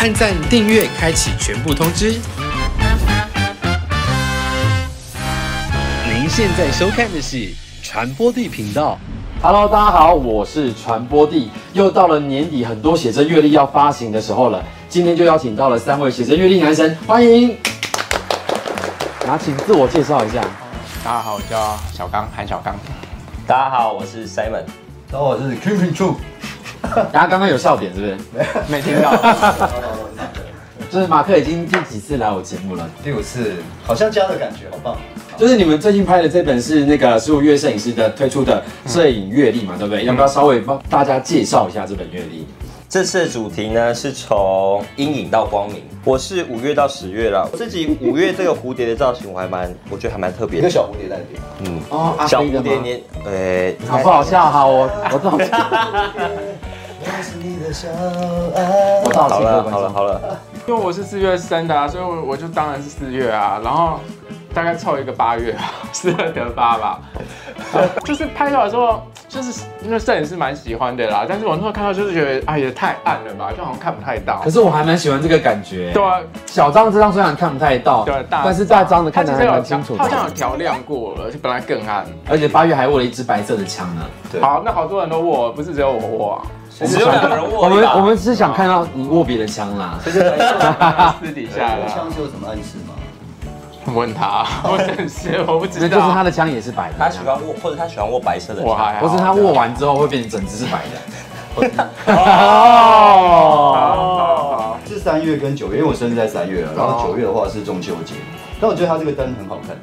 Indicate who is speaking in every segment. Speaker 1: 按赞、订阅、开启全部通知。您现在收看的是传播地频道。
Speaker 2: Hello，大家好，我是传播帝。又到了年底，很多写真月历要发行的时候了。今天就邀请到了三位写真月历男神，欢迎。那请自我介绍一下。
Speaker 3: 大家好，我叫小刚，韩小刚。
Speaker 4: 大家好，我是 Simon。
Speaker 5: 然后我是 Kim Kim Chu，
Speaker 2: 大家刚刚有笑点是不是？
Speaker 3: 没听到，
Speaker 2: 就是马克已经第几次来我节目了？
Speaker 5: 第五次，好像家的感觉，好棒。
Speaker 2: 就是你们最近拍的这本是那个十五月摄影师的推出的摄影月历嘛，对不对？要不要稍微帮大家介绍一下这本月历？
Speaker 4: 这次的主题呢是从阴影到光明。我是五月到十月了，我自己五月这个蝴蝶的造型我还蛮，我觉得还蛮特别
Speaker 5: 一个
Speaker 4: 的。
Speaker 5: 小蝴蝶在里面，
Speaker 4: 嗯，
Speaker 2: 哦，阿
Speaker 4: 小
Speaker 2: 飞的
Speaker 4: 蝴
Speaker 2: 吗啊
Speaker 4: 蝶年，呃，
Speaker 2: 好不好笑？好，我 我道歉，
Speaker 5: 我是你的小爱
Speaker 2: 我。道
Speaker 4: 好
Speaker 2: 歉，各位
Speaker 4: 了
Speaker 2: 观
Speaker 4: 好了
Speaker 2: 众。
Speaker 4: 好了，
Speaker 3: 因为我是四月生的、啊，所以我我就当然是四月啊，然后大概凑一个八月吧， 四二得八吧。 就是拍照的时候，就是那摄影师蛮喜欢的啦，但是我那时候看到就是觉得，哎也太暗了吧，就好像看不太到
Speaker 2: 可。是我还蛮喜欢这个感觉。
Speaker 3: 对啊，
Speaker 2: 小张这张虽然看不太到，
Speaker 3: 对啊，大
Speaker 2: 但是大张的看得
Speaker 3: 它
Speaker 2: 还
Speaker 3: 其实有
Speaker 2: 蛮清楚
Speaker 3: 调它好像有
Speaker 2: 的。
Speaker 3: 调亮过了，就本来更暗。
Speaker 2: 而且八月还握了一支白色的枪呢。
Speaker 5: 对
Speaker 3: 好，那好多人都握，不是只有我握啊。
Speaker 4: 只有两个
Speaker 2: 我
Speaker 4: 人握一
Speaker 2: 们我
Speaker 4: 把。
Speaker 2: 们是想看到你握别的枪啦。
Speaker 3: 私底下
Speaker 5: 这个
Speaker 3: 啦
Speaker 5: 枪，是有什么暗示吗？
Speaker 3: 问他，我真是我不
Speaker 2: 那
Speaker 3: 知
Speaker 2: 就
Speaker 3: 道。
Speaker 2: 是他哦的枪也是白的。
Speaker 4: 他喜欢握，或者他喜欢握白色的
Speaker 3: 我
Speaker 4: 枪。
Speaker 3: 还好，
Speaker 2: 不是他握完之后会变成整只是白的。
Speaker 3: 哦好
Speaker 2: 哦，
Speaker 3: 好好
Speaker 5: 是三月跟九月，因为我生日在三月了，啊然后九月的话是中秋节。但我觉得它这个灯很好看，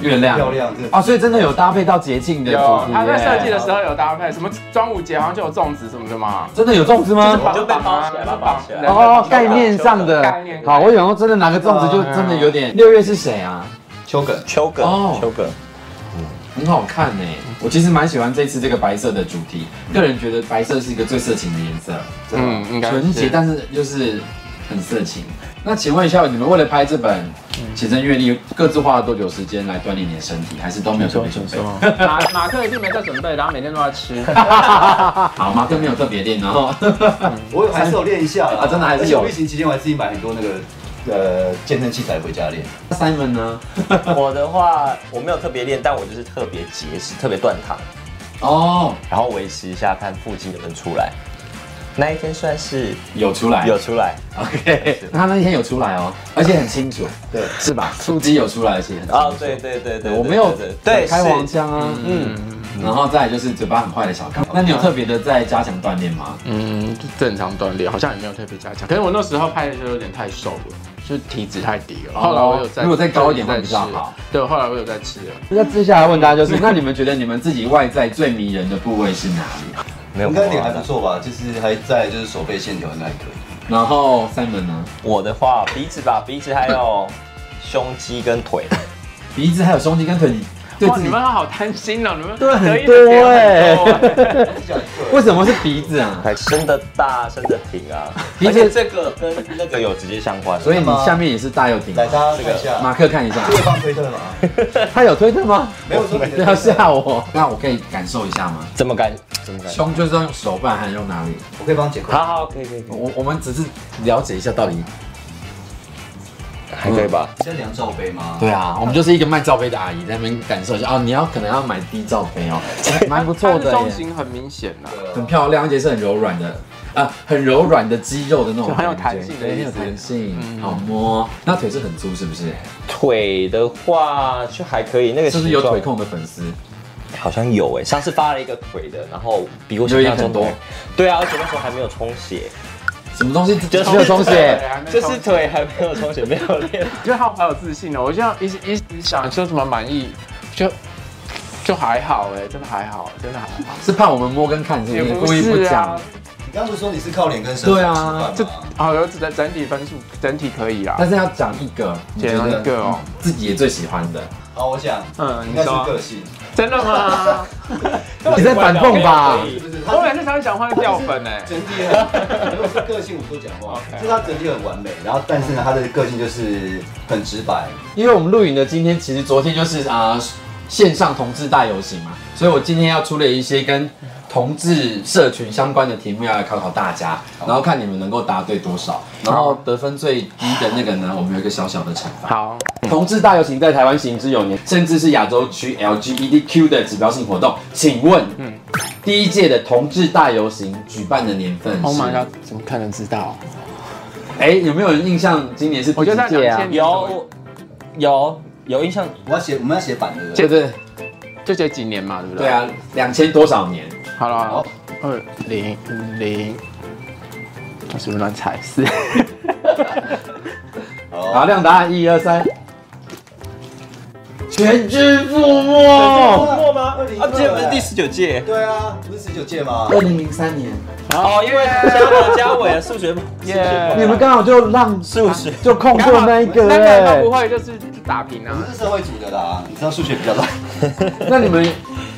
Speaker 2: 月亮
Speaker 5: 漂亮哦这个
Speaker 2: 啊，所以真的有搭配到节庆的主
Speaker 3: 有
Speaker 2: 题。
Speaker 3: 他在设计的时候有搭配，什么端午节好像就有粽子什么的嘛。
Speaker 2: 真的有粽子
Speaker 3: 嗯
Speaker 2: 吗？
Speaker 4: 就被包起来了，包起来。
Speaker 2: 哦，概念上的
Speaker 3: 概念哦嗯
Speaker 2: 好，我以为真的拿个粽子就真的有点。六月是谁啊？
Speaker 5: 秋梗。
Speaker 4: 秋梗
Speaker 2: 哦，
Speaker 4: 秋梗，
Speaker 2: 很好看呢，我其实蛮喜欢这次这个白色的主题，个人觉得白色是一个最色情的颜色，
Speaker 3: 嗯，应该是
Speaker 2: 纯洁但是又是很色情。那请问一下，你们为了拍这本
Speaker 3: 嗯
Speaker 2: 写真阅历，各自花了多久时间来锻炼你的身体，还是都没有特别准备？
Speaker 3: 马马克一定没在准备，然后每天都在吃。
Speaker 2: 好，马克没有特别练哦。
Speaker 5: 我还是有练一下啦
Speaker 2: 啊真的还是有
Speaker 5: 而且我疫情期间我还自己买很多那个呃健身器材回家练。
Speaker 2: 那 Simon 呢？
Speaker 4: 我的话我没有特别练，但我就是特别节食，特别断糖。
Speaker 2: 哦，
Speaker 4: 然后维持一下，看附近有没有出来。那一天算是
Speaker 2: 有出来，
Speaker 4: 有出来
Speaker 2: OK，那 他那天有出来哦，而且很清楚，
Speaker 5: 对
Speaker 2: 是吧？腹肌有出来，而且很
Speaker 4: 哦，对对对对，
Speaker 2: 我没有
Speaker 4: 对对
Speaker 2: 开黄
Speaker 4: 是
Speaker 2: 腔啊，嗯，然后再来就是嘴巴很坏的小康。那你有特别的在加强锻炼吗？
Speaker 3: 嗯，就正常锻炼，好像也没有特别加强。可是我那时候拍的时候有点太瘦了，就体脂太低了。后来我有在，
Speaker 2: 哦如果再高一点会比较好。
Speaker 3: 对，后来我有在吃了。
Speaker 2: 那接下来问大家 就是，那你们觉得你们自己外在最迷人的部位是哪里？
Speaker 4: 没有
Speaker 5: 应
Speaker 4: 不
Speaker 5: 该
Speaker 4: 完
Speaker 5: 脸还不
Speaker 4: 的。
Speaker 5: 错吧？就是还在就是手背线条应该还可以。
Speaker 2: 然后 Simon 呢？
Speaker 4: 我的话，鼻子吧，鼻子还 有胸肌跟腿，
Speaker 2: 鼻子还有胸肌跟腿，你对
Speaker 3: 哇，
Speaker 2: 自
Speaker 3: 你
Speaker 2: 己
Speaker 3: 们好担心哦，你们
Speaker 2: 对
Speaker 3: 得
Speaker 2: 很
Speaker 3: 意的
Speaker 2: 多
Speaker 3: 点很多 哎。
Speaker 2: 哎，为什么是鼻子啊？
Speaker 4: 还伸得大，伸得挺啊。
Speaker 2: 鼻
Speaker 4: 而
Speaker 2: 子
Speaker 4: 且这个跟那个有直接相关，
Speaker 2: 所以你下面也是大又挺。
Speaker 5: 来，大家看一下，
Speaker 2: 马克看一 下
Speaker 5: 这，个放推特吗？
Speaker 2: 他有推特吗？
Speaker 5: 没有说你
Speaker 2: 不
Speaker 5: 的
Speaker 2: 要吓我。那我可以感受一下吗？
Speaker 4: 怎么感怎么感？
Speaker 2: 胸就是要用手，不然还用哪里？
Speaker 5: 我可以帮你解扣。
Speaker 4: 好好，可以可以可以，
Speaker 2: 我我们只是了解一下到底。
Speaker 4: 还可以吧？
Speaker 5: 你在量罩杯吗？
Speaker 2: 对啊，我们就是一个卖罩杯的阿姨，在那边感受一下哦。你要可能要买低罩杯哦， 蛮不错
Speaker 3: 它
Speaker 2: 的
Speaker 3: 胸
Speaker 2: 耶，
Speaker 3: 型很明显呐，
Speaker 5: 啊
Speaker 2: 很漂亮，而且是很柔软的。啊，很柔软的肌肉的那种感觉，
Speaker 3: 就很有弹性的
Speaker 2: 对，很
Speaker 3: 意
Speaker 2: 有
Speaker 3: 思嗯
Speaker 2: 弹性，好摸。那腿是很粗，是不是？
Speaker 4: 腿的话就还可以，那个
Speaker 2: 是不是有
Speaker 4: 形状
Speaker 2: 腿？控的粉丝？
Speaker 4: 好像有哎，上次发了一个腿的，然后比我
Speaker 2: 有
Speaker 4: 想
Speaker 2: 一
Speaker 4: 象
Speaker 2: 很
Speaker 4: 中
Speaker 2: 多
Speaker 4: 多。对啊，而且那时候还没有充血。
Speaker 2: 什么东西？哎
Speaker 4: 就是
Speaker 2: 只有充血，
Speaker 4: 就是腿还没有充血，没有练。
Speaker 3: 我觉得他好有自信哦。我就一直一直想说什么满意，就就还好哎，真的还好，真的还好。
Speaker 2: 是怕我们摸跟看，是
Speaker 3: 也
Speaker 2: 不是？
Speaker 3: 不
Speaker 2: 故意不
Speaker 3: 是啊
Speaker 2: 讲。，
Speaker 5: 你刚不是说你是靠脸跟舌头
Speaker 2: 对啊
Speaker 5: 吃
Speaker 3: 这
Speaker 5: 饭吗？
Speaker 3: 好有整整体分数，整体可以啦。啊
Speaker 2: 但是要讲一个，你觉
Speaker 3: 讲
Speaker 2: 得
Speaker 3: 一个哦
Speaker 2: 自己也最喜欢的，
Speaker 5: 好，我想，
Speaker 3: 嗯
Speaker 5: 应该是
Speaker 3: 你说
Speaker 5: 个性，
Speaker 3: 真的吗？
Speaker 2: 你在反讽吧
Speaker 4: 可以
Speaker 5: 就
Speaker 4: 可以
Speaker 5: 是
Speaker 3: 我
Speaker 5: 他
Speaker 3: 每次常常讲话掉粉 哎。
Speaker 5: 整体很，如果是个性，我说讲 话，就是他整体很完美，然后但是呢，他的个性就是很直白，
Speaker 2: 因为我们录影的今天，其实昨天就是啊、呃线上同志大游行嘛，所以我今天要出了一些跟同志社群相关的题目要来考考大家，然后看你们能够答对多少，然后得分最低的那个呢，我们有一个小小的惩罚。
Speaker 3: 好，
Speaker 2: 同志大游行在台湾行之有年，甚至是亚洲区 LGBTQ 的指标性活动。请问，
Speaker 3: 嗯
Speaker 2: 第一届的同志大游行举办的年份是？
Speaker 3: Oh my god，怎么可能知道？
Speaker 2: 哎、有没有人印象今年是第
Speaker 3: 我
Speaker 2: 几
Speaker 3: 就在
Speaker 2: 届
Speaker 3: 两
Speaker 2: 啊
Speaker 3: 千？年左右，
Speaker 4: 有有有印象，
Speaker 5: 我要写，我们要写版的。
Speaker 2: 对对
Speaker 3: 就这几年嘛，对不对？
Speaker 2: 对。啊，两千多少年？
Speaker 3: 好了，好
Speaker 5: 好
Speaker 3: 了二零零，我是不是乱猜？四，
Speaker 5: 哦
Speaker 2: 好，亮答案一二三，全军覆没。
Speaker 5: 过哦吗？二零
Speaker 4: 啊，这不是第十九届
Speaker 5: 对啊，不是十九届吗？
Speaker 2: 二零零三年，
Speaker 4: 哦，因为嘉禾、嘉伟数学
Speaker 3: 耶！
Speaker 2: 你们刚好就让
Speaker 4: 数学
Speaker 2: 就空过那一个
Speaker 3: 那个
Speaker 2: 哎
Speaker 3: 都不，会，就是就打平
Speaker 5: 我
Speaker 3: 啊
Speaker 5: 们。是社会组的啦，你知道数学比较烂。
Speaker 2: 那你们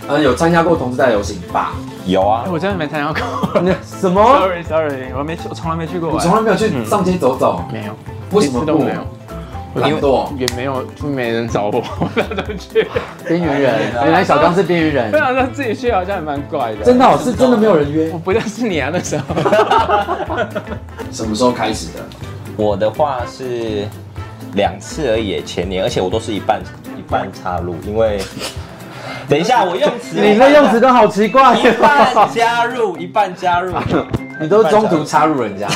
Speaker 2: 呃有参加过同志大游行吧？
Speaker 4: 有啊
Speaker 3: 哎，我真的没参加过。
Speaker 2: 那什么？
Speaker 3: Sorry Sorry，我没去，我从来没去过
Speaker 2: 你。从来没有去上街走走？
Speaker 3: 没有，
Speaker 2: 为什么
Speaker 3: 一次都
Speaker 2: 不
Speaker 3: 没有？
Speaker 2: 懒惰，
Speaker 3: 也没有，就没人找我，我哪都去。
Speaker 2: 边缘人。原来小刚是边缘
Speaker 3: 不
Speaker 2: 人，
Speaker 3: 想说自己去好像也蛮怪的。
Speaker 2: 哎真的哦是真的没有人约
Speaker 3: 我。不认识你啊，那时候。
Speaker 2: 什么时候开始的？
Speaker 4: 我的话是两次而已，前年，而且我都是一半一半插入，因为等一下我用词，
Speaker 2: 你的用词都好奇怪
Speaker 4: 一半加入，一半加 入，
Speaker 2: 你都是中途插入 人家。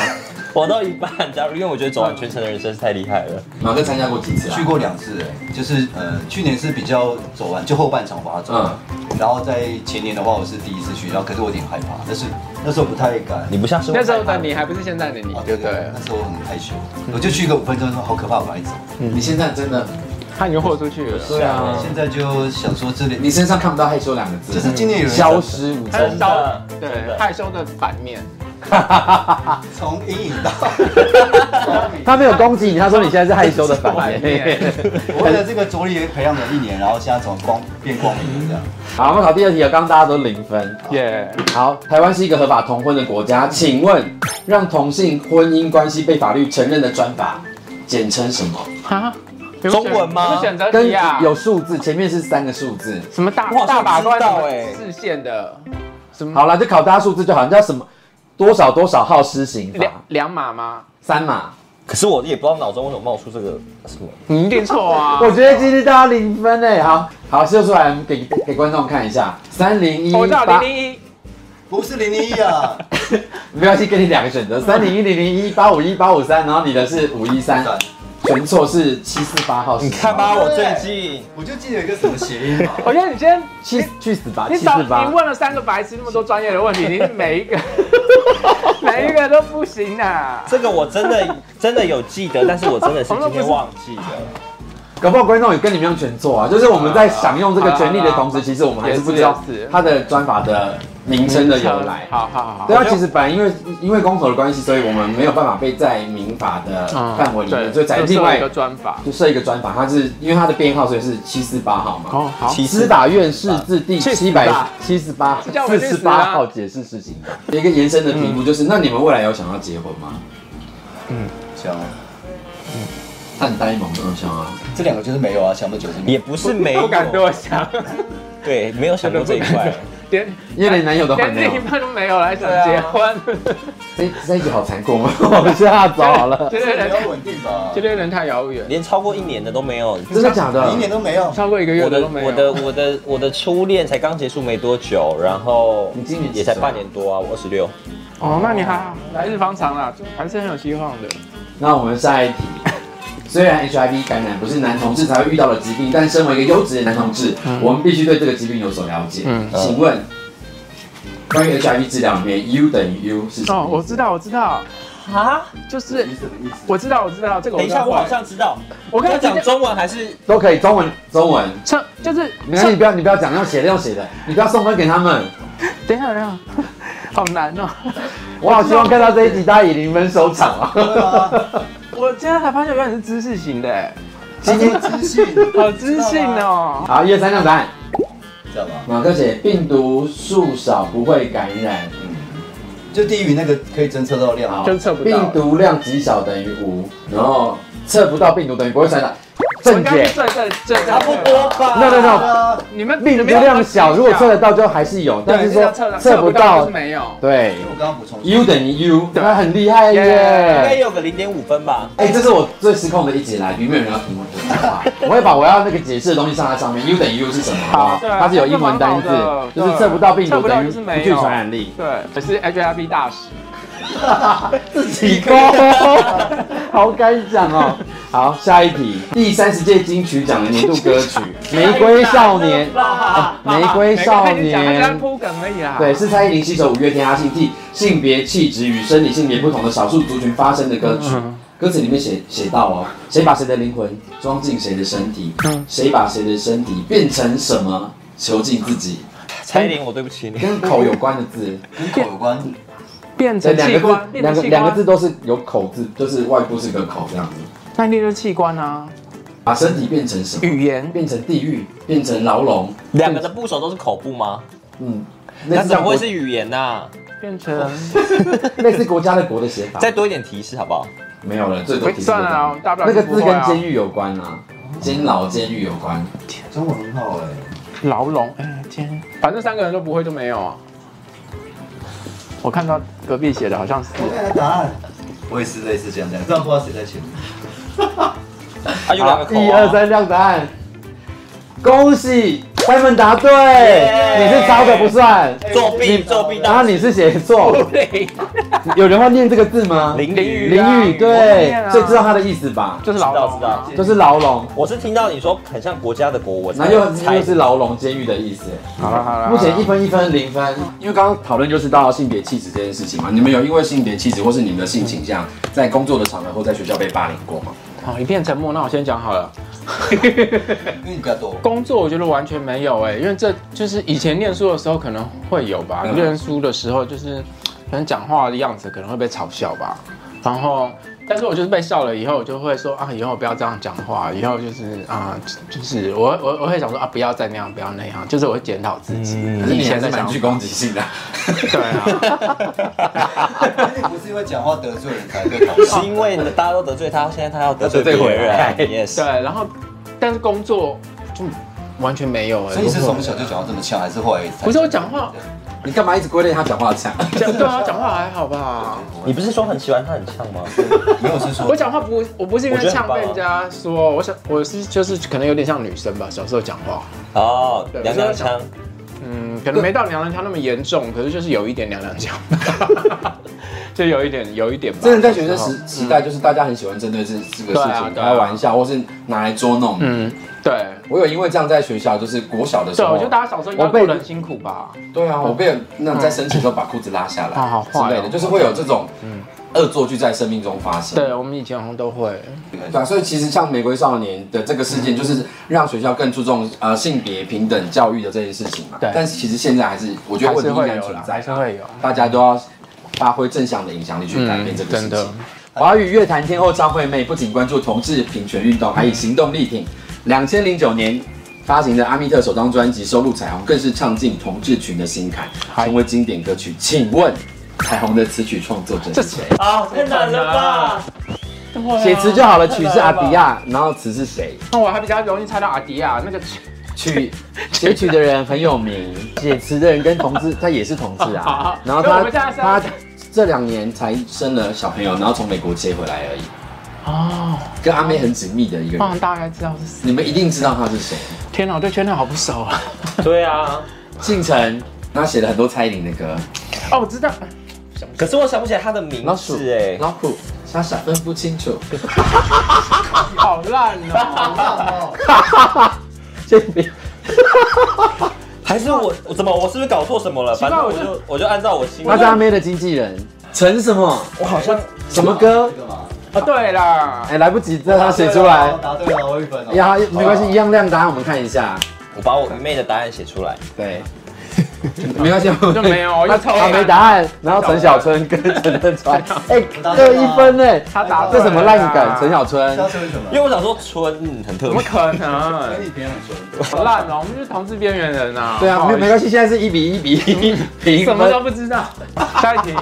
Speaker 4: 我都一半加入，因为我觉得走完全程的人真是太厉害了。
Speaker 2: 马哥参加过几次啊？
Speaker 5: 去。过两次哎，就是呃，去年是比较走完，就后半场把它走完。
Speaker 2: 嗯
Speaker 5: 然后在前年的话，我是第一次去，然后可是我有点害怕，但是那时候不太敢。啊
Speaker 4: 你不像是
Speaker 3: 那时候的你还不是现在的你，对不对
Speaker 5: 那？时候我很害羞，我就去个五分钟，说好可怕，我赶紧走。
Speaker 2: 你现在真的，
Speaker 3: 他已经豁出去了。
Speaker 2: 嗯对啊，
Speaker 5: 现在就想说这里，
Speaker 2: 你身上看不到害羞两个字，嗯
Speaker 5: 就是今年有人
Speaker 2: 消失无
Speaker 3: 他是
Speaker 2: 踪。
Speaker 3: 骚，
Speaker 4: 真的
Speaker 3: 对害羞的反面。
Speaker 5: 从阴影 到，
Speaker 2: 他没有攻击你，他说你现在是害羞的反 面。
Speaker 5: 我为了这个着力培养了一年，然后现在从光变光明了这样。
Speaker 2: 好，我们考第二题了，啊刚刚大家都零分。
Speaker 3: 耶，
Speaker 2: 好，台湾是一个合法同婚的国家，请问让同性婚姻关系被法律承认的专法，简称什么？
Speaker 3: 哈，
Speaker 4: 中文吗
Speaker 3: 有没有选择
Speaker 2: 跟
Speaker 3: 题啊，
Speaker 2: 有数字，前面是三个数字。
Speaker 3: 什么大
Speaker 4: 我好像
Speaker 3: 大法官
Speaker 4: 知道
Speaker 3: 什么
Speaker 4: 欸
Speaker 3: 视线的，什么
Speaker 2: 好了，就考大家数字就好，你知道什么多少多少号施行
Speaker 3: 两
Speaker 2: 法？
Speaker 3: 两码吗？
Speaker 2: 三嘛。
Speaker 4: 可是我也不知道脑中为什么冒出这个什么。
Speaker 3: 你一定错啊！
Speaker 2: 我觉得今天大家零分哎，好好秀出来，我们给给观众看一下，三零一
Speaker 3: 哦我知道
Speaker 2: 八
Speaker 3: 零，零一，
Speaker 5: 不是零零一啊，
Speaker 2: 没关系，给你两个选择，三零一零零一八五一八五三，然后你的是五一三，全错是七四八号，
Speaker 4: 你看吧，我最近
Speaker 5: 我就记得有一个什么谐音嘛。
Speaker 3: 我觉得你今天
Speaker 2: 去去死吧，七
Speaker 3: 你
Speaker 2: 四
Speaker 3: 找
Speaker 2: 八
Speaker 3: 你，问了三个白痴那么多专业的问 题，你每一个每一个都不行啊！
Speaker 4: 这个我真的 真的有记得，但是我真的是今天忘记了。
Speaker 2: 搞不好观众也跟你们一样全错啊，就是我们在享用这个
Speaker 3: 啊
Speaker 2: 权利的同时，其实我们还是不知道
Speaker 3: 也是也是
Speaker 2: 它的专法的名称的由来。
Speaker 3: 好好好
Speaker 2: 对
Speaker 3: 好，
Speaker 2: 啊，其实本来因为因为公投的关系，所以我们没有办法被在民法的
Speaker 3: 啊
Speaker 2: 范围里面，所以在
Speaker 3: 这是
Speaker 2: 另
Speaker 3: 我
Speaker 2: 外
Speaker 3: 一个专法。
Speaker 2: 就设一个专访，它是因为它的编号，所以是七四八号嘛。
Speaker 3: 哦，好，
Speaker 4: 其
Speaker 2: 司
Speaker 4: 实
Speaker 2: 法院释字第七百
Speaker 3: 748
Speaker 2: 七十八
Speaker 3: 叫我
Speaker 2: 四
Speaker 3: 去
Speaker 2: 十
Speaker 3: 死啊嗯
Speaker 2: 八号解释事情的有一个延伸的题目，就是那你们未来有想要结婚吗？
Speaker 5: 想
Speaker 2: 很呆萌的想啊，
Speaker 5: 这两个就是没有啊，想不久是没有
Speaker 4: 也 不是没有，
Speaker 3: 不敢 多想，
Speaker 4: 对，没有想过这一块。
Speaker 3: 连
Speaker 2: 因为连男友都还
Speaker 3: 连
Speaker 2: 没有
Speaker 3: 另一。半都没有了，还
Speaker 2: 啊
Speaker 3: 想 结婚，
Speaker 2: 这这哎一集好残酷吗？ 我吓着了，
Speaker 3: 这，对
Speaker 5: 比
Speaker 3: 人
Speaker 5: 较稳定吧
Speaker 3: 这，对人太遥远，
Speaker 4: 连超过一年的都没有。
Speaker 2: 真的假的
Speaker 5: 一？年都没有。
Speaker 3: 超过一个月
Speaker 4: 我
Speaker 3: 的
Speaker 4: 的
Speaker 3: 都没有。
Speaker 4: 我的我的我的初恋才刚结束没多久，然后
Speaker 2: 你今年
Speaker 4: 也
Speaker 2: 几岁
Speaker 4: 才
Speaker 2: 啊
Speaker 4: 半年多啊，我二十六。
Speaker 3: 哦，那你还好来日方长啦，就还是很有希望的。
Speaker 2: 那我们下一题。虽然 HIV 感染不是男同志才会遇到的疾病，但身为一个优质的男同志，我们必须对这个疾病有所了解。
Speaker 3: 嗯
Speaker 2: 请问，关于 HIV 治疗里面 U 等于 U 是什么？
Speaker 3: 哦，我知道，我知道，
Speaker 4: 啊？
Speaker 3: 就是
Speaker 5: 你什么意思？
Speaker 3: 我知道，我知道这个。
Speaker 4: 等一下，我好，像知道。
Speaker 3: 我跟
Speaker 4: 要
Speaker 3: 你讲
Speaker 4: 讲，中文还是
Speaker 2: 都可以，中文中文。
Speaker 3: 这就是
Speaker 2: 没关系，你不要你不要讲，要写的用写的，你不要送分给他们。
Speaker 3: 等一下，等一下， 好难哦！
Speaker 2: 我好希望看到这一集大家以零分收场 啊！
Speaker 3: 我今天才发现，原来你是知识型的欸耶，
Speaker 5: 今天资讯，
Speaker 3: 好知性哦。
Speaker 2: 好，一二三，亮答案。
Speaker 5: 知道吗？
Speaker 2: 马克姐，病毒数少不会感染，
Speaker 5: 就低于那个可以侦测到的量啊。
Speaker 3: 就测不到
Speaker 2: 病毒量极小等于无，然后测不到病毒等于不会传染。
Speaker 3: 我
Speaker 2: 正
Speaker 3: 应该
Speaker 2: 解
Speaker 3: 是。正正正，
Speaker 5: 差不多吧。
Speaker 2: No, no, no
Speaker 5: 对啊
Speaker 3: 你们
Speaker 2: 例
Speaker 3: 你
Speaker 2: 如
Speaker 3: 们要
Speaker 2: 量小，
Speaker 3: 计
Speaker 2: 如果
Speaker 3: 较
Speaker 2: 测得到就还是有，
Speaker 3: 对
Speaker 2: 但是
Speaker 3: 要
Speaker 2: 说
Speaker 3: 测得
Speaker 2: 测不
Speaker 3: 到就
Speaker 2: 到
Speaker 3: 是，没有。
Speaker 2: 对
Speaker 5: 我刚刚补充
Speaker 2: ，U 等于 U，
Speaker 3: 对
Speaker 2: 那很厉害
Speaker 4: 大概
Speaker 2: 耶！
Speaker 4: 有个零点五分吧。
Speaker 2: 哎，这是我最失控的一集来，因为没有人要听我这种话，我会把我要那个解释的东西上在上面。U 等于 U 是什么？好不好
Speaker 3: 对
Speaker 2: 它是有英文单字
Speaker 3: 这蛮好的，
Speaker 2: 就是测不到病
Speaker 3: 测
Speaker 2: 毒
Speaker 3: 不到
Speaker 2: 等于
Speaker 3: 就是
Speaker 2: 不
Speaker 3: 没
Speaker 2: 具
Speaker 3: 有
Speaker 2: 传染力。
Speaker 3: 对，我是 HIV 大使。
Speaker 2: 自己勾， 好敢讲哦。好，下一题，第三十届金曲奖的年度歌 曲《玫瑰少年》 啊，《玫瑰少
Speaker 3: 每个人讲他就在
Speaker 2: 年》。
Speaker 3: 铺梗而已啦。
Speaker 2: 对，，是蔡依林携手五月天阿信替性别气质与生理性别不同的少数族群发声的歌曲。
Speaker 3: 嗯
Speaker 2: 歌词里面写写到哦，谁把谁的灵魂装进谁的身体，
Speaker 3: 嗯
Speaker 2: 谁把谁的身体变成什么，囚禁自 己，
Speaker 4: 蔡依林，我对不起你。
Speaker 2: 跟口有关的字，
Speaker 5: 跟口有关，
Speaker 3: 变
Speaker 2: 对，
Speaker 3: 成
Speaker 2: 两
Speaker 3: 器
Speaker 2: 个字
Speaker 3: 官，，变
Speaker 2: 两
Speaker 3: 成
Speaker 2: 个
Speaker 3: 器
Speaker 2: 两个
Speaker 3: 官
Speaker 2: 字，都是有口字，就是外部是个口这样子。
Speaker 3: 那一定就是器官啊。
Speaker 2: 把身体变成什么？
Speaker 3: 语言
Speaker 2: 变成地狱，变成牢笼。
Speaker 4: 两个的部首都是口部吗？
Speaker 2: 嗯，类
Speaker 4: 那
Speaker 2: 似
Speaker 4: 怎么
Speaker 2: 国
Speaker 4: 会是语言啊呐？
Speaker 3: 变
Speaker 2: 哦
Speaker 3: 成，
Speaker 2: 类似国家的国的写法？
Speaker 4: 再多一点提示好不好？
Speaker 2: 没有了，最多提示
Speaker 3: 算了啦我大不了
Speaker 2: 那个
Speaker 3: 就不
Speaker 2: 字
Speaker 3: 会
Speaker 2: 跟
Speaker 3: 啊
Speaker 2: 监狱有关啊，监牢、监狱有关。
Speaker 5: 中文很好哎，
Speaker 3: 牢笼。哎天，反正三个人都不会就没有啊。我看到隔壁写的好像是，
Speaker 5: 我看看答案，我也是类似这样讲，这样不知道谁在前面。
Speaker 4: 啊，有两个口啊
Speaker 2: 一二，三，亮答案。恭喜三分答对，你是抄的不算，
Speaker 4: 作弊作弊
Speaker 2: 然
Speaker 4: 大
Speaker 2: 后你是写错。有人会念这个字吗？
Speaker 4: 淋
Speaker 3: 淋雨啊
Speaker 2: 淋雨，
Speaker 3: 我会念
Speaker 2: 对，
Speaker 3: 啊
Speaker 2: 所以知道它的意思吧？
Speaker 3: 就是牢笼啊。
Speaker 4: 知
Speaker 2: 就是牢笼，
Speaker 4: 我是听到你说很像国家的国，我
Speaker 2: 然
Speaker 4: 才
Speaker 2: 后又
Speaker 4: 猜
Speaker 2: 又是牢笼、监狱的意思。
Speaker 3: 好了好了，
Speaker 2: 目前一分一分零分，因为刚刚讨论就是到性别气质这件事情嘛，你们有因为性别气质或是你们的性倾向，在工作的场合或在学校被霸凌过吗？
Speaker 3: 哦好一片沉默。那我先讲好了。
Speaker 5: 因为你比较多，
Speaker 3: 工作我觉得完全没有哎、因为这就是以前念书的时候可能会有吧，
Speaker 2: 嗯
Speaker 3: 念书的时候就是可能讲话的样子可能会被嘲笑吧，然后但是我就是被笑了以后，我就会说啊，以后不要这样讲话，以后就是啊，就是我我我会想说啊，不要再那样，不要那样，就是我会检讨自己。
Speaker 4: 嗯
Speaker 2: 可是你还是蛮具攻击性的，
Speaker 3: 对啊，
Speaker 5: 不是因为讲话得罪人才被嘲笑
Speaker 4: 是。因为大家都得罪他，现在他要得罪
Speaker 2: 得
Speaker 4: 别
Speaker 2: 罪回来
Speaker 4: 人，yes。
Speaker 3: 对，然后但是工作就完全没有哎、
Speaker 5: 所以你是从小就讲话这么呛，还是后来才？
Speaker 3: 不是我讲话，
Speaker 2: 你干嘛一直归类他讲话 强？
Speaker 3: 讲对啊，讲话还好吧。
Speaker 4: 你不是说很喜欢他很呛 吗？
Speaker 5: 没有是说
Speaker 3: 我讲话不，我不是因为
Speaker 4: 我觉得
Speaker 3: 呛
Speaker 4: 很棒啊
Speaker 3: 被人家说，我想我是就是可能有点像女生吧，小时候讲话，
Speaker 4: 哦，
Speaker 3: 对
Speaker 4: 娘娘腔，
Speaker 3: 嗯，可能没到娘娘腔那么严重，可是就是有一点娘娘腔， 就有一点有一点吧。
Speaker 2: 真的在学生
Speaker 3: 小时
Speaker 2: 时时代，就是大家很喜欢嗯针对这这个
Speaker 3: 对
Speaker 2: 事
Speaker 3: 啊
Speaker 2: 情
Speaker 3: 对啊
Speaker 2: 开玩笑，或是拿来捉弄
Speaker 3: 候，。嗯，对。
Speaker 2: 我有因为这样在学校，就是国小的时
Speaker 3: 对，
Speaker 2: 候，
Speaker 3: 我觉得大家小时候应该
Speaker 2: 啊我被
Speaker 3: 过得很辛苦吧？
Speaker 2: 对哦啊，我被那在生气的时候把裤子拉下来
Speaker 3: 啊好坏哦
Speaker 2: 之类的，就是会有这种恶作剧在生命中发生。
Speaker 3: 对，我们以前好像都会。
Speaker 2: 对啊，所以其实像《玫瑰少年》的这个事件，就是让学校更注重呃性别平等教育的这件事情嘛。
Speaker 3: 对
Speaker 2: 但是其实现在还是，我觉得问题依然存在
Speaker 3: 还，是会有。
Speaker 2: 大家都要发挥正向的影响力去改变这个事
Speaker 3: 真的
Speaker 2: 情。华语乐坛天后张惠妹不仅关注同志平权运动，还以行动力挺。两千零九年发行的阿密特首张专辑收录《彩虹》，更是唱进同志群的心坎，
Speaker 3: 嗨
Speaker 2: 成为经典歌曲。请问，彩虹的词曲创作者
Speaker 3: 这
Speaker 2: 是
Speaker 3: 谁
Speaker 2: 谁？
Speaker 4: 啊，太难了吧？
Speaker 2: 写词就好了，曲是阿迪亚，然后词是谁？
Speaker 3: 那我还比较容易猜到阿迪亚那个
Speaker 2: 曲写曲的人很有名，写词的人跟同志，他也是同志
Speaker 3: 好好
Speaker 2: 啊。然后
Speaker 3: 所以我
Speaker 2: 他
Speaker 3: 们现在是
Speaker 2: 他这两年才生了小朋友，然后从美国接回来而已，
Speaker 3: 哦，
Speaker 2: 跟阿妹很紧密的一个
Speaker 3: 我好像
Speaker 2: 人。
Speaker 3: 大概知道是谁。
Speaker 2: 你们一定知道他是谁，
Speaker 3: 天哪，我对圈内好不熟啊。
Speaker 4: 对啊，
Speaker 2: 姓陈。他写了很多蔡依林的歌，
Speaker 3: 哦，我知道，
Speaker 4: 可是我想不起来他的名
Speaker 2: 老鼠
Speaker 4: 字哎。
Speaker 2: 老虎，傻傻欸分不清楚。
Speaker 3: 好烂 哦。
Speaker 2: 先别，
Speaker 4: 还是我我怎么我是不是搞错什么了？
Speaker 3: 怪
Speaker 4: 反正我
Speaker 3: 我就
Speaker 4: 就我就按照我心里
Speaker 2: 他是阿妹的经纪人，陈什么？
Speaker 4: 我好像
Speaker 2: 什么歌？
Speaker 5: 干嘛？
Speaker 3: 啊，对啦，
Speaker 2: 哎，来不及让他写出来。
Speaker 5: 答对了，我一分哦。
Speaker 2: 呀，没关系，一样亮答案，我们看一下。
Speaker 4: 我把我愚昧的答案写出来。
Speaker 2: 对，没关系，我
Speaker 3: 就没有
Speaker 2: 他
Speaker 3: 又抽
Speaker 2: 他没答案，然后陈小春跟陈振 川，哎，各一分哎，
Speaker 3: 他答对
Speaker 2: 这
Speaker 3: 了
Speaker 2: 什么烂
Speaker 3: 啊
Speaker 2: 梗？陈小春
Speaker 5: 肖春什么
Speaker 4: 因？为我想说春嗯很特
Speaker 3: 怎么，
Speaker 4: 别
Speaker 3: 可 能？
Speaker 5: 以别人说。
Speaker 3: 好烂哦，我们就是同志边缘人啊。
Speaker 2: 对啊，没有没
Speaker 3: 有，
Speaker 2: 关系，现在是一比一比一平
Speaker 3: 什么都
Speaker 2: 分。
Speaker 3: 不知道。下一题，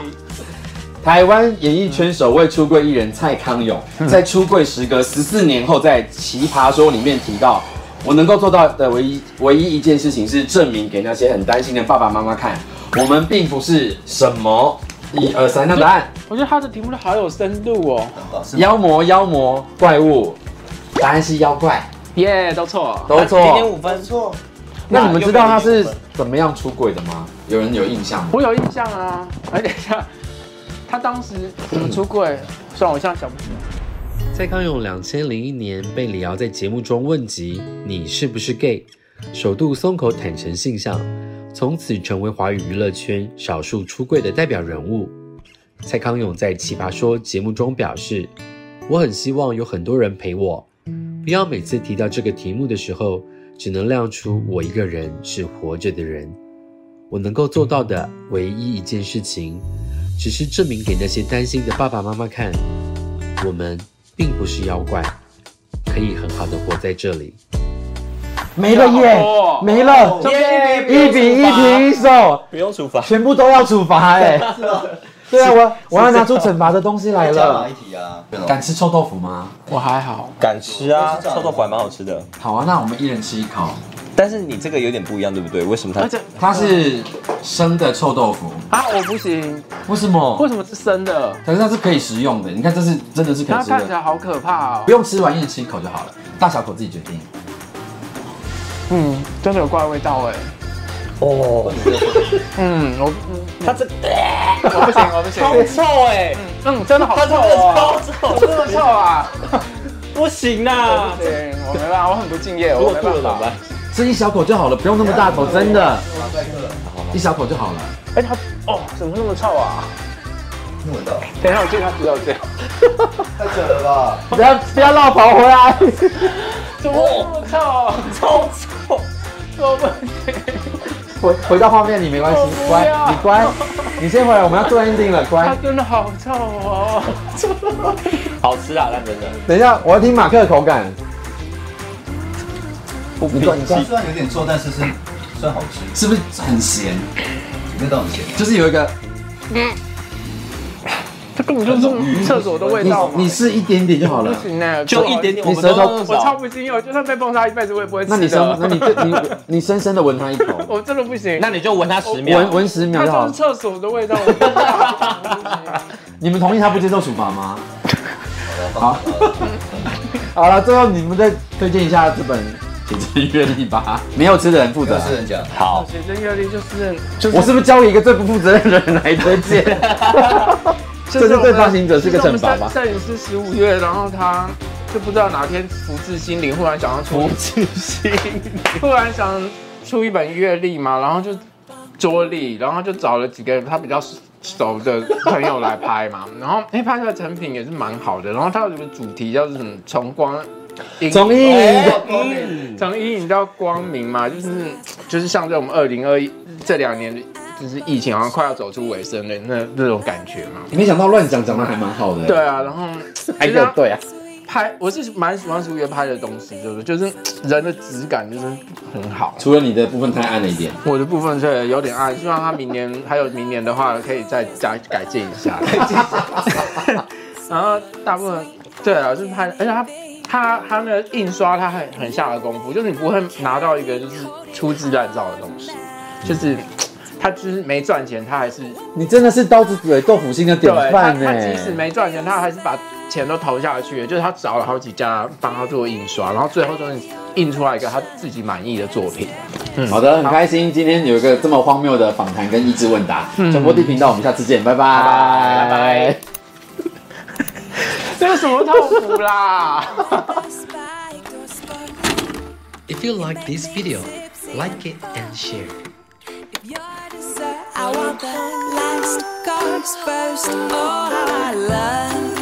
Speaker 2: 台湾演艺圈首位出柜艺人蔡康永，
Speaker 3: 嗯
Speaker 2: 在出柜时隔十四年后，在《奇葩说》里面提到，我能够做到的唯一唯一一件事情是证明给那些很担心的爸爸妈妈看，我们并不是什么一二三的答案，
Speaker 3: 我觉得他的题目都好有深度哦，
Speaker 5: 很棒，是
Speaker 2: 妖魔妖魔怪物，答案是妖怪，
Speaker 3: 耶、都错。
Speaker 2: 都
Speaker 4: 零点
Speaker 2: 错。
Speaker 4: 五分错，
Speaker 2: 那你们知道他是怎么样出柜的吗？有人有印象吗？
Speaker 3: 我有印象啊，而且像他当时怎么出柜，算我现在想不起来。
Speaker 1: 蔡康永两千零一年被李敖在节目中问及“你是不是 gay”，首度松口坦诚性向，从此成为华语娱乐圈少数出柜的代表人物。蔡康永在《奇葩说》节目中表示：“我很希望有很多人陪我，不要每次提到这个题目的时候，只能亮出我一个人是活着的人。我能够做到的唯一一件事情，只是证明给那些担心的爸爸妈妈看。”我们并不是妖怪，可以很好的活在这里。
Speaker 2: 没了耶
Speaker 3: 哦，
Speaker 2: 没了，一比一平手，
Speaker 4: 不用处罚。
Speaker 2: 全部都要处罚哎。对啊，我我要拿出惩罚的东西来
Speaker 5: 加哪
Speaker 2: 了
Speaker 5: 一。题啊？
Speaker 2: 敢吃臭豆腐吗？
Speaker 3: 我还好，
Speaker 4: 敢吃啊
Speaker 5: 我，知道
Speaker 4: 臭豆腐还蛮好吃的。
Speaker 2: 好啊，那我们一人吃一口。
Speaker 4: 但是你这个有点不一样，对不对？为什么它
Speaker 3: 而？且
Speaker 2: 它是生的臭豆腐，
Speaker 3: 啊我不行，
Speaker 2: 为什
Speaker 3: 为
Speaker 2: 么？
Speaker 3: 什么是生的？
Speaker 2: 可是它是可以食用的，你看这是真的是可以
Speaker 3: 它
Speaker 2: 吃
Speaker 3: 看起
Speaker 2: 的，
Speaker 3: 来好可怕哦
Speaker 2: 不。用吃完一人吃一口就好了，大小口自己决定。
Speaker 3: 嗯，真的有怪味道哎。
Speaker 4: 哦，
Speaker 3: 嗯，我嗯
Speaker 4: 它这
Speaker 3: 我不行，我不行。
Speaker 4: 好臭哎，
Speaker 3: 嗯，真的好
Speaker 4: 它
Speaker 3: 臭
Speaker 4: 真的
Speaker 3: 哦，
Speaker 4: 超臭，
Speaker 3: 真的臭啊！
Speaker 4: 不行
Speaker 3: 我
Speaker 4: 啊
Speaker 3: 不！行，我没办法，我很不敬业，
Speaker 4: 如
Speaker 3: 我
Speaker 4: 果
Speaker 3: 没
Speaker 4: 吐了
Speaker 3: 办
Speaker 4: 怎么
Speaker 3: 法。
Speaker 4: 办？
Speaker 2: 吃一小口就好了，不用那么大口，真的，
Speaker 5: 啊
Speaker 2: 一小口就好了。
Speaker 3: 哎，它哦，怎么那么臭啊？
Speaker 5: 听闻到，
Speaker 3: 等一下，我借他洗手间。
Speaker 5: 太扯了吧？
Speaker 2: 不要不要绕跑回来。
Speaker 3: 怎么那么臭？
Speaker 4: 超臭！
Speaker 3: 我不行。
Speaker 2: 回回到画面里没关系
Speaker 3: 我，不
Speaker 2: 乖，
Speaker 3: 要
Speaker 2: 你乖，你先回来，我们要做 ending 了，
Speaker 3: 它
Speaker 2: 乖。
Speaker 3: 真的好臭哦！
Speaker 4: 好吃啊，但真的
Speaker 2: 等一下，我要听马克的口感。
Speaker 4: 不
Speaker 2: 你断你断
Speaker 5: 虽然有点臭，但是是算好吃，
Speaker 2: 是不是很咸？
Speaker 5: 味道很咸。
Speaker 2: 就是有一个，
Speaker 3: 这根本就是厕所的味
Speaker 2: 你
Speaker 3: 道嘛！
Speaker 2: 你试一点点就好
Speaker 3: 不
Speaker 2: 了。
Speaker 3: 行呢，
Speaker 4: 就一点点，我
Speaker 2: 你
Speaker 4: 们
Speaker 2: 舌头
Speaker 4: 都
Speaker 3: 我超不敬业，我就算被碰到一辈子，我也不会吃
Speaker 2: 那
Speaker 3: 的。
Speaker 2: 你深，那你就你你深深的闻它一口，
Speaker 3: 我真的不行。
Speaker 4: 那你就闻它十秒。
Speaker 2: 闻闻十秒
Speaker 3: 它
Speaker 2: 就好
Speaker 3: 就是
Speaker 2: 了。
Speaker 3: 厕所的味道，我不行
Speaker 2: 你们同意他不接受处罚 吗？好， 好了，最后你们再推荐一下这本《写真阅历》吧。 没有吃的人负责啊
Speaker 5: 跟。是人讲，
Speaker 4: 好，
Speaker 3: 写真阅历就是就是
Speaker 2: 我是不是交给一个最不负责任的人来推荐？ 这是对发行者是个惩罚吧？
Speaker 3: 摄影师十五月，然后他就不知道哪天福至心灵，忽然想要出， 忽然想出一本阅历嘛，然后就桌历，然后就找了几个他比较熟的朋友来拍嘛， 然后哎、拍出来成品也是蛮好的，然后他有个主题叫做什么从光。
Speaker 2: 从阴影
Speaker 3: 嗯，从阴影到光明嘛，就是就是像这种二零二一这两年，就是疫情好像快要走出尾声的那那种感觉嘛。
Speaker 2: 没想到乱讲讲的还蛮好的，
Speaker 3: 对，啊，然后
Speaker 2: 还
Speaker 3: 就是
Speaker 2: 有
Speaker 3: 他
Speaker 2: 对啊，
Speaker 3: 拍，我是蛮喜欢苏月拍的东西，就是就是人的质感就是很好。
Speaker 2: 除了你的部分太暗了一点，
Speaker 3: 我的部分是有点暗，希望他明年还有明年的话，可以再加改进一下。 然后大部分对啊，就是拍，而且他他他那个印刷他很很下了功夫，就是你不会拿到一个就是粗制滥造的东西，
Speaker 2: 嗯
Speaker 3: 就是他就是没赚钱，他还是
Speaker 2: 你真的是刀子嘴豆腐心的典
Speaker 3: 对他
Speaker 2: 范呢欸
Speaker 3: 他。即使没赚钱，他还是把钱都投下去，就是他找了好几家帮他做印刷，然后最后终于印出来一个他自己满意的作品。嗯
Speaker 2: 好的，很开心今天有一个这么荒谬的访谈跟益智问答。传播地频道，我们下次见，拜拜，
Speaker 3: 嗯拜拜。这有什么痛苦啦？
Speaker 6: spiked or sparked.
Speaker 1: If you like this video, like it and share.
Speaker 6: If you're dessert, I want the last course first. Oh, how I love